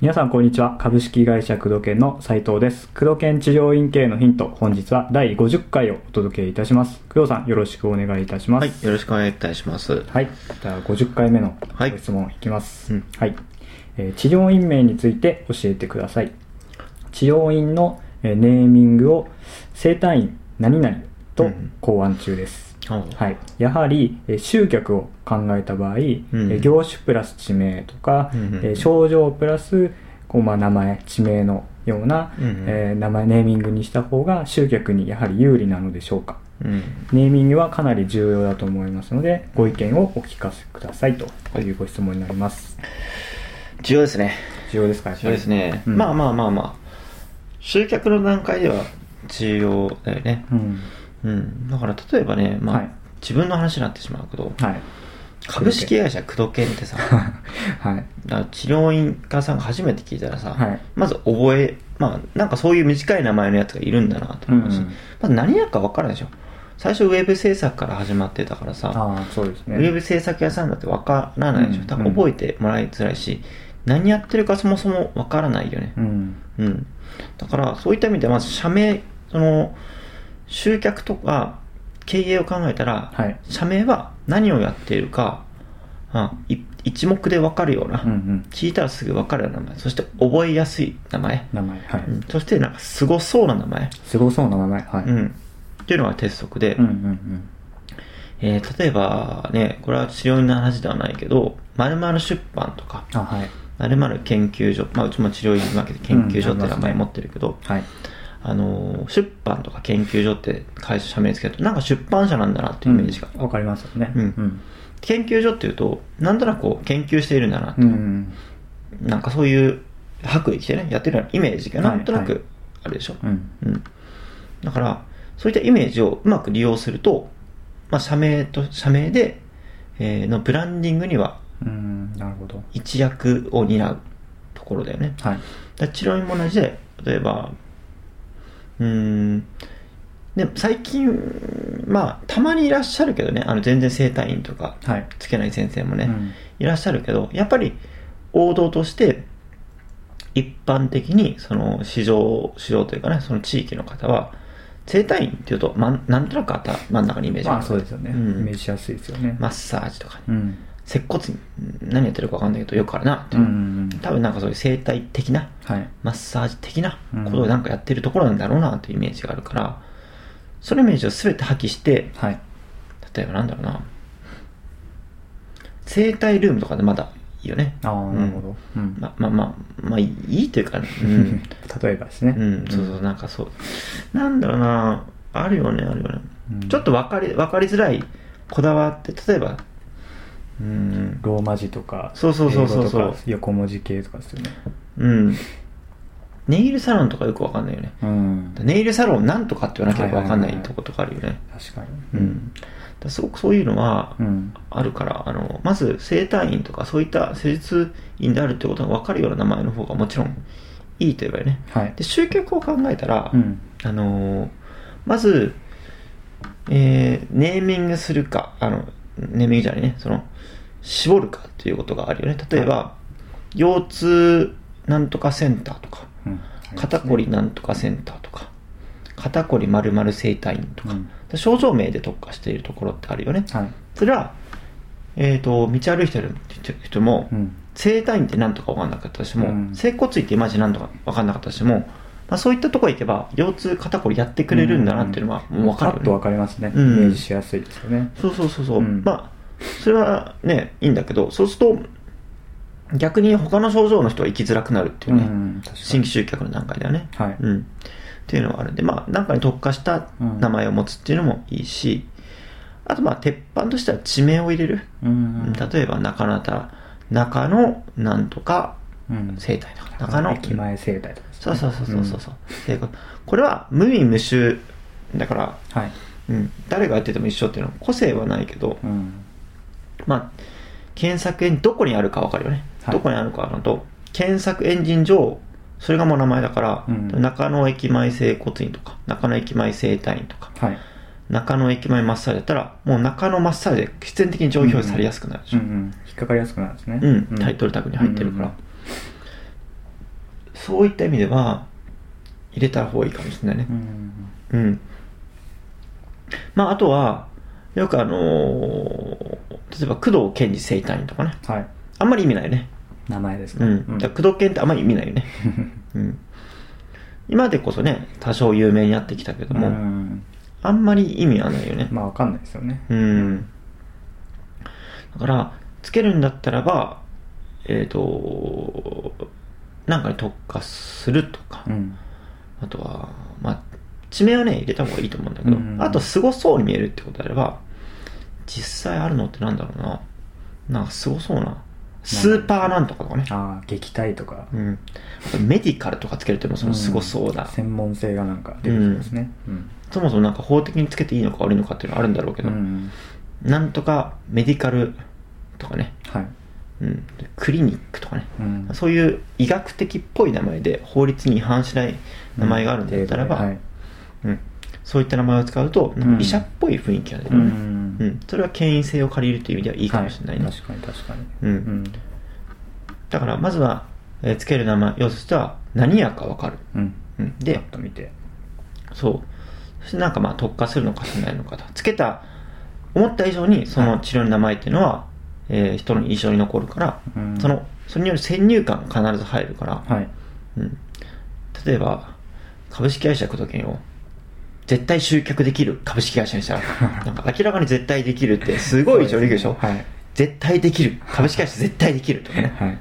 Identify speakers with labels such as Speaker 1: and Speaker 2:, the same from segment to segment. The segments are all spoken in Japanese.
Speaker 1: 皆さんこんにちは株式会社工藤研の斉藤です工藤研治療院系のヒント本日は第50回をお届けいたします工藤さんよろしくお願いいたしま
Speaker 2: はい、
Speaker 1: す
Speaker 2: よろしくお願いいたします。
Speaker 1: はい、じゃあ50回目の
Speaker 2: はい
Speaker 1: ご質問いきます
Speaker 2: うん
Speaker 1: はい、えー治療院名について教えてください治療院のえーネーミングを生体院何々
Speaker 2: う
Speaker 1: と
Speaker 2: ん
Speaker 1: 考案中です、
Speaker 2: おう
Speaker 1: はい、やはり、えー集客を考えた場合、
Speaker 2: ん
Speaker 1: えー業種プラス地名とか、
Speaker 2: うんうんうん
Speaker 1: えー症状プラスこう、まあ、名前地名のような、
Speaker 2: うんうん
Speaker 1: えー名前ネーミングにした方が集客にやはり有利なのでしょうか
Speaker 2: うん
Speaker 1: ネーミングはかなり重要だと思いますのでご意見をお聞かせくださいというご質問になります
Speaker 2: 重要ですね。
Speaker 1: 重要ですかやっ
Speaker 2: 重
Speaker 1: ぱ
Speaker 2: 要
Speaker 1: り
Speaker 2: ですね。
Speaker 1: うん
Speaker 2: まあまあまあまあ。集客の段階では重要だよね。
Speaker 1: うん
Speaker 2: うん。だから例えばね、まあ、
Speaker 1: はい
Speaker 2: 自分の話になってしまうけど、
Speaker 1: はい
Speaker 2: 株式会社工藤研ってさ、
Speaker 1: はい
Speaker 2: だから治療院家さんが初めて聞いたらさ、
Speaker 1: はい
Speaker 2: まず覚え、まあなんかそういう短い名前のやつがいるんだなと思うし、
Speaker 1: うんうん
Speaker 2: まず何やるか分からないでしょ。最初ウェブ制作から始まってたからさ、
Speaker 1: ああそうですね
Speaker 2: ウェブ制作屋さんだってわからないでしょ。
Speaker 1: うん
Speaker 2: 多分覚えてもらいづらいし、何やってるかそもそもわからないよね
Speaker 1: う。ん
Speaker 2: うん。だから、そういった意味では、まず社名、その、集客とか経営を考えたら、
Speaker 1: はい
Speaker 2: 社名は何をやっているか、あい一目でわかるような、
Speaker 1: うんうん
Speaker 2: 聞いたらすぐわかるような名前、そして覚えやすい名前、
Speaker 1: 名前はい、
Speaker 2: うんそしてなんかすごそうな名前、
Speaker 1: すごそうな名前はい、
Speaker 2: うん。っていうのが鉄則で、
Speaker 1: うんうん
Speaker 2: えー例えばね、これは治療院の話ではないけど、〇〇出版とか、
Speaker 1: うんあはい
Speaker 2: 〇〇研究所、まあうちも治療院わけで研究所
Speaker 1: う
Speaker 2: っ
Speaker 1: ん
Speaker 2: て名
Speaker 1: ありますね
Speaker 2: 前持ってるけど、
Speaker 1: はい
Speaker 2: あのー、出版とか研究所って会社社名つけると、なんか出版社なんだなっていうイメージが。
Speaker 1: うんわかりますよね
Speaker 2: うん研究所っていうと、なんとなくこう研究しているんだなって
Speaker 1: う
Speaker 2: い
Speaker 1: ん、う
Speaker 2: う、
Speaker 1: ん
Speaker 2: なんかそういう白衣着てね、やってるようなイメージがなんとな
Speaker 1: はいは
Speaker 2: くあるでしょ。
Speaker 1: うん
Speaker 2: うん。だから、そういったイメージをうまく利用すると、まあ、社名と、社名で、えーのブランディングには
Speaker 1: うんなるほど
Speaker 2: 一役を担うところだよね。
Speaker 1: はい
Speaker 2: だから治療院も同じで、例えば、うーん、で最近、まあ、たまにいらっしゃるけどね、あの全然整体院とか
Speaker 1: はい
Speaker 2: つけない先生もね、
Speaker 1: うん
Speaker 2: いらっしゃるけど、やっぱり王道として、一般的にその市場、市場というかね、その地域の方は、整体院っていうと、まん、なんとなくあった真ん中にイメージが
Speaker 1: ま
Speaker 2: あ
Speaker 1: あ
Speaker 2: る
Speaker 1: そうですよね、
Speaker 2: うん
Speaker 1: イメージしやすいですよね、
Speaker 2: マッサージとかね、
Speaker 1: うん
Speaker 2: 接骨院、何やってるかわかんないけど、よくあるなって
Speaker 1: う
Speaker 2: い
Speaker 1: んう
Speaker 2: う、
Speaker 1: んうん
Speaker 2: 多分なんかそういう整体的な、
Speaker 1: はい
Speaker 2: マッサージ的なことをなんかやってるところなんだろうなというイメージがあるから、そのイメージを全て破棄して、
Speaker 1: はい
Speaker 2: 例えばなんだろうな、整体ルームとかでまだいいよね。
Speaker 1: ああなるほど、うん
Speaker 2: ままあまあ、まあいいというか、うん、
Speaker 1: 例えばですね、
Speaker 2: うん、そうそう、なんかそう、なんだろうな、あるよね、あるよね。
Speaker 1: うん
Speaker 2: ちょっと分かり分かりづらいこだわって、例えば、うん、
Speaker 1: ローマ字とか
Speaker 2: そうそうそうそうそう
Speaker 1: 英語とか横文字系とかですよね
Speaker 2: うん、ネイルサロンとかよく分かんないよね。
Speaker 1: うん
Speaker 2: ネイルサロンなんとかって言わなければ分かんな
Speaker 1: はい
Speaker 2: い
Speaker 1: はいはい
Speaker 2: とことかあるよね。
Speaker 1: 確かに
Speaker 2: うん。だからすごくそういうのは
Speaker 1: うん
Speaker 2: あるから、あの、まず整体院とかそういった施術院であるってことが分かるような名前の方がもちろんいいと言えばいいね。
Speaker 1: はい
Speaker 2: で、集客を考えたら、
Speaker 1: うん
Speaker 2: あのーまず、えーネーミングするか、あの、ネーミングじゃないね、その、絞るかっていうことがあるよね。例えば、腰痛なんとかセンターとか、
Speaker 1: うん
Speaker 2: 肩こりなんとかセンターとか、肩こりまるまる整体院とか、
Speaker 1: うん
Speaker 2: で症状名で特化しているところってあるよね。
Speaker 1: はい
Speaker 2: それは、えっ、と、道歩いてる人も、
Speaker 1: うん
Speaker 2: 整体院ってなんとか分かんなかったとしても、
Speaker 1: うん
Speaker 2: 整骨院ってマジなんとか分かんなかったとしても、まあ、そういったとこ行けば、腰痛、肩こりやってくれるんだなっていうのはもう分か
Speaker 1: パッ
Speaker 2: る
Speaker 1: と
Speaker 2: よ
Speaker 1: わ
Speaker 2: ね。
Speaker 1: かりますね、
Speaker 2: うん
Speaker 1: イメージしやすいですよね
Speaker 2: そうそうそうそう。
Speaker 1: うん
Speaker 2: まあ、それはね、いいんだけど、そうすると、逆に他の症状の人は行きづらくなるっていうね。
Speaker 1: うん確かに
Speaker 2: 新規集客の段階だよね。
Speaker 1: はい
Speaker 2: うん。っていうのがあるんで、まあ、なんかに特化した名前を持つっていうのもいいし、あと、まあ、鉄板としては地名を入れる。
Speaker 1: うん
Speaker 2: 例えば、中野た、中野なんとか
Speaker 1: うん
Speaker 2: 生態とか、中野。
Speaker 1: 駅前生態とかです
Speaker 2: そ
Speaker 1: ね
Speaker 2: うそうそうそうそうそう。でここれは無味無臭だから、
Speaker 1: はい
Speaker 2: うん、誰がやってても一緒っていうのは個性はないけど、
Speaker 1: うん
Speaker 2: まあ、検索エンどこにあるか分かるよね、
Speaker 1: はい
Speaker 2: どこにあるか分かると検索エンジン上それがもう名前だから、
Speaker 1: うん
Speaker 2: 中野駅前整骨院とか中野駅前整体院とか
Speaker 1: はい
Speaker 2: 中野駅前マッサージだったらもう中野マッサージで必然的に上位表示されやすくなるでし
Speaker 1: う
Speaker 2: ょ
Speaker 1: んうん、引っかかりやすくなるんですね。
Speaker 2: うん、タイトルタグに入ってるから、そういった意味では入れた方がいいかもしれないね
Speaker 1: うんうん
Speaker 2: うん、まああとはよくあのー例えば工藤健二生体院とかね
Speaker 1: うん。はい。
Speaker 2: あんまり意味ないよね
Speaker 1: 名前です
Speaker 2: う
Speaker 1: ね。
Speaker 2: ん、だから工藤健ってあんまり意味ない よね、うん、今でこそね多少有名になってきたけども、
Speaker 1: うん
Speaker 2: あんまり意味はないよね
Speaker 1: まあ、わかんないですよね。
Speaker 2: うん。だから、つけるんだったらば、えっ、と、なんかに特化するとか、
Speaker 1: うん。
Speaker 2: あとは、まあ、地名はね、入れた方がいいと思うんだけど、
Speaker 1: うん
Speaker 2: あと、すごそうに見えるってことであれば、実際あるのってなんだろうな。なんかすごそうな。スーパーなんとかとかね。
Speaker 1: ああ、撃退とか、
Speaker 2: うん。あとメディカルとかつけるっていうのもそのすごそうだ。
Speaker 1: 専門性がなんか出てきますね。うん。
Speaker 2: そもそもなんか法的につけていいのか悪いのかっていうのはあるんだろうけ
Speaker 1: う
Speaker 2: ど、
Speaker 1: ん。
Speaker 2: なんとかメディカルとかね。
Speaker 1: はい。
Speaker 2: うん、クリニックとかね、
Speaker 1: うん
Speaker 2: そういう医学的っぽい名前で法律に違反しない名前があるんだったらば、
Speaker 1: は
Speaker 2: うん
Speaker 1: い。
Speaker 2: そういった名前を使うとなんか医者っぽい雰囲気が出るよね、
Speaker 1: うん
Speaker 2: うんそれは権威性を借りるという意味ではいいかもしれないね、
Speaker 1: は確かに確かに。
Speaker 2: うんだからまずは、えーつける名前要素としては何やか分かる、
Speaker 1: うん。うん。
Speaker 2: うん、
Speaker 1: パ
Speaker 2: で
Speaker 1: ッと見て。
Speaker 2: そうそしてなんかまあ特化するのかしないのかとつけた思った以上にその治療の名前っていうのは、えー人の印象に残るから、
Speaker 1: うん
Speaker 2: そのそれによる先入観が必ず入るから、
Speaker 1: はい。
Speaker 2: うん、例えば株式会社工藤研を絶対集客できる株式会社 にしたらなんか明らかに絶対できるってすごい上流でしょ
Speaker 1: はい。
Speaker 2: 絶対できる株式会社絶対できるとかね、
Speaker 1: はい。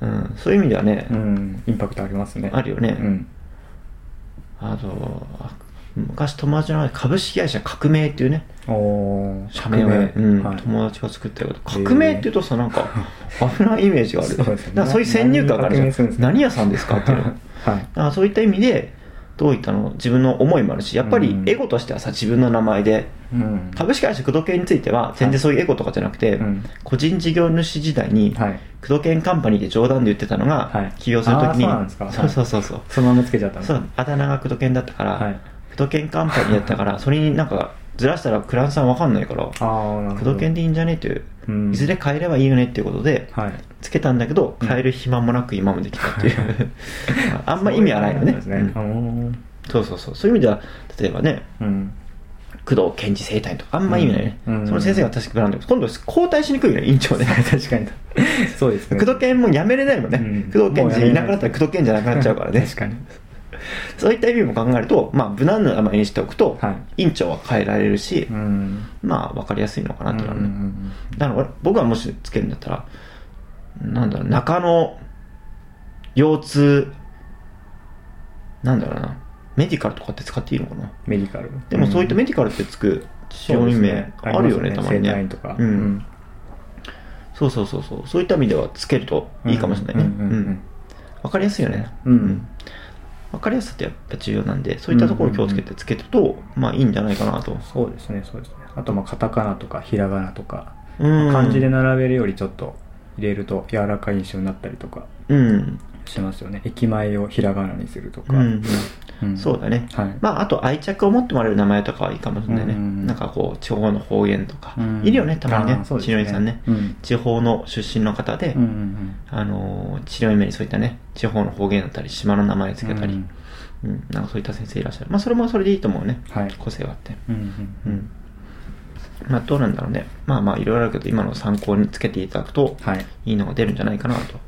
Speaker 2: うん、そういう意味ではね、
Speaker 1: うん。インパクトありますね。
Speaker 2: あるよね
Speaker 1: うん。
Speaker 2: あとあ昔友達の中で株式会社革命っていうね
Speaker 1: おー、
Speaker 2: 社名をね、うん
Speaker 1: はい
Speaker 2: 友達が作ったけど
Speaker 1: ー
Speaker 2: 革命っていうとさなんか危ないイメージがある
Speaker 1: そうですね
Speaker 2: なんかそういう先入観があるじゃ
Speaker 1: 何に革命するん
Speaker 2: ん
Speaker 1: ですか
Speaker 2: 何屋さんですかっていうの
Speaker 1: はい。
Speaker 2: あそういった意味でどういったの自分の思いもあるしやっぱり
Speaker 1: うん
Speaker 2: エゴとしてはさ自分の名前で
Speaker 1: うん。
Speaker 2: 株式会社工藤研については全然そういうエゴとかじゃなくて、
Speaker 1: うん
Speaker 2: 個人事業主時代に
Speaker 1: はい。
Speaker 2: 工藤研カンパニーで冗談で言ってたのが、
Speaker 1: はい
Speaker 2: 起業するときに
Speaker 1: あーそうなんですか
Speaker 2: そうそうそうそう
Speaker 1: そのままつけちゃったんです
Speaker 2: そ
Speaker 1: ね
Speaker 2: うあだ名が工藤研だったから、
Speaker 1: はい
Speaker 2: 工藤研カンパニーだったからそれになんかずらしたらクライアントさんわかんないから
Speaker 1: ああ、なる
Speaker 2: 工
Speaker 1: ほど。
Speaker 2: 藤研でいいんじゃねっていう、
Speaker 1: うん
Speaker 2: いずれ変えればいいよねっていうことで、
Speaker 1: はい。
Speaker 2: つけたんだけど
Speaker 1: うん
Speaker 2: 変える暇もなく今まで来たっていう あんま意味はないのね
Speaker 1: そうです
Speaker 2: う
Speaker 1: ね
Speaker 2: ん。
Speaker 1: うん
Speaker 2: そうそうそうそういう意味では例えばね
Speaker 1: うん。
Speaker 2: 工藤健二生態とかあんま意味ないね、
Speaker 1: うんうん
Speaker 2: その先生が確かブランド今度交代しにくいよね院長で
Speaker 1: 確かに。そうですね。
Speaker 2: 工藤健も辞めれないもんね、
Speaker 1: うん
Speaker 2: 工藤健
Speaker 1: もう辞めれ
Speaker 2: 二いなくなったら工藤健じゃなくなっちゃうからね
Speaker 1: 確かに。
Speaker 2: そういった意味も考えると、まあ、無難な名前にしておくと、
Speaker 1: は
Speaker 2: 院長は変えられるし、
Speaker 1: うん。
Speaker 2: まあ分かりやすいの かなってなる
Speaker 1: うんう
Speaker 2: ね、
Speaker 1: んうん
Speaker 2: だから俺僕はもしつけるんだったらなんだろう中野腰痛なんだろうなメディカルとかって使っていいのかな
Speaker 1: メディカル。
Speaker 2: でもそういった
Speaker 1: メ
Speaker 2: メディカルってつく病院名あるよねたま
Speaker 1: 整
Speaker 2: に
Speaker 1: 体院
Speaker 2: ね
Speaker 1: とか。
Speaker 2: うんそうそうそうそうそういった意味ではつけるといいかもしれないね
Speaker 1: うんうんうんうん
Speaker 2: うんわかりやすいよね
Speaker 1: うん
Speaker 2: わかりやすさってやっぱ重要なんでそういったところを気をつけてつけるとまあいいんじゃないかなと
Speaker 1: そうですね、そうですね。あと、まあ、カタカナとか、ひらがなとか、
Speaker 2: うん
Speaker 1: 漢字で並べるよりちょっと入れると柔らかい印象になったりとか
Speaker 2: うん
Speaker 1: しますよね。駅前をひらがなにするとか。
Speaker 2: うん
Speaker 1: うん
Speaker 2: そうだね
Speaker 1: はい。
Speaker 2: まあ、あと愛着を持ってもらえる名前とかはいいかもしれないね、
Speaker 1: うんうんうん
Speaker 2: なんかこう地方の方言とか、
Speaker 1: うん
Speaker 2: いるよねたまにね
Speaker 1: あーそうです
Speaker 2: 治療院さんね、
Speaker 1: うん
Speaker 2: 地方の出身の方で、
Speaker 1: うんうんうん
Speaker 2: あのー治療院名にそういったね地方の方言だったり島の名前つけたり、
Speaker 1: う
Speaker 2: うんんなんかそういった先生いらっしゃるまあそれもそれでいいと思うね、
Speaker 1: はい
Speaker 2: 個性はあって
Speaker 1: うんうん
Speaker 2: うんまあどうなんだろうねまあまあいろいろあるけど今のを参考につけていただくと
Speaker 1: はい。
Speaker 2: いいのが出るんじゃないかなと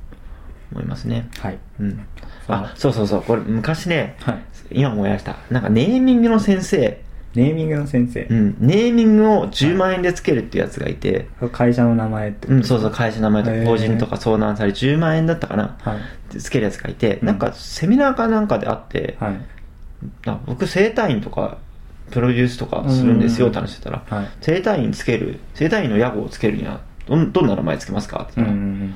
Speaker 2: 思いますね
Speaker 1: はい。
Speaker 2: うん
Speaker 1: そう
Speaker 2: あそうそうそうこれ昔ね、
Speaker 1: はい
Speaker 2: 今思い出したなんかネーミングの先生
Speaker 1: ネーミングの先生
Speaker 2: う。ん、ネーミングを10万円でつけるっていうやつがいて、
Speaker 1: 会社の名前って。
Speaker 2: うん、そうそう会社の名前
Speaker 1: へ
Speaker 2: と
Speaker 1: ー
Speaker 2: か法人とか相談され10万円だったかな、
Speaker 1: はい。
Speaker 2: つけるやつがいて、
Speaker 1: うん
Speaker 2: なんかセミナーかなんかであって、
Speaker 1: はい。
Speaker 2: あ僕整体院とかプロデュースとかするんですよ
Speaker 1: うん
Speaker 2: って話してたら、
Speaker 1: はい
Speaker 2: 整体院つける整体院の屋号をつけるにはどんどんな名前つけますかって
Speaker 1: う
Speaker 2: 言ったら、
Speaker 1: ん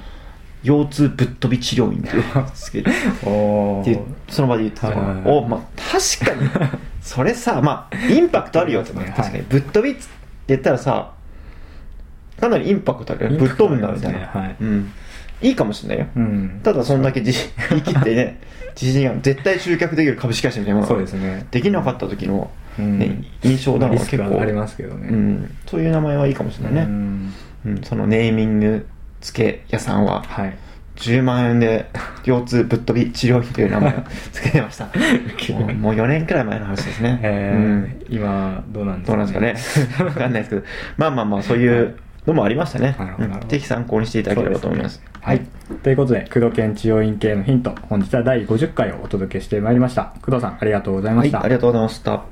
Speaker 2: 腰痛ぶっ飛び治療院っていうのを つける
Speaker 1: うん。お
Speaker 2: って
Speaker 1: ー
Speaker 2: いうその場で言ってた
Speaker 1: はいはい
Speaker 2: の
Speaker 1: はい
Speaker 2: おまあ確 かにそれさまあインパクトあるよって
Speaker 1: そうですね
Speaker 2: 確かにぶっ飛びって言ったらさかなりインパクトあるよねぶっ飛ぶんだみたい
Speaker 1: インパクトありま
Speaker 2: な
Speaker 1: す
Speaker 2: う
Speaker 1: ね
Speaker 2: んいいかもしれないよ
Speaker 1: うん。
Speaker 2: ただそんだけ自信言い切ってね自信が絶対集客できる株式会社みたいなもの
Speaker 1: そう
Speaker 2: が
Speaker 1: ですね。
Speaker 2: できなかった時の
Speaker 1: うん
Speaker 2: ね印象なの
Speaker 1: リ
Speaker 2: は
Speaker 1: ス
Speaker 2: 結
Speaker 1: ク
Speaker 2: 構
Speaker 1: はありますけどね。
Speaker 2: うん、そういう名前はいいかもしれないうね、
Speaker 1: ん
Speaker 2: うんそのネーミング付け屋さんは
Speaker 1: はい。
Speaker 2: 10万円で腰痛ぶっ飛び治療費という 名前を付けてましたもうもう4年くらい前の話ですね、
Speaker 1: え
Speaker 2: うん、
Speaker 1: ー今、どうなんです
Speaker 2: どう
Speaker 1: か
Speaker 2: なんですかねわかんないですけどまあまあまあそういうのもありましたね、
Speaker 1: なるほどなるほど
Speaker 2: うんぜひ参考にしていただければと思います
Speaker 1: はい。ということで、工藤県治療院系のヒント、本日は第50回をお届けしてまいりました。工藤さん、ありがとうございま
Speaker 2: は
Speaker 1: し
Speaker 2: い、
Speaker 1: た。
Speaker 2: ありがとうございました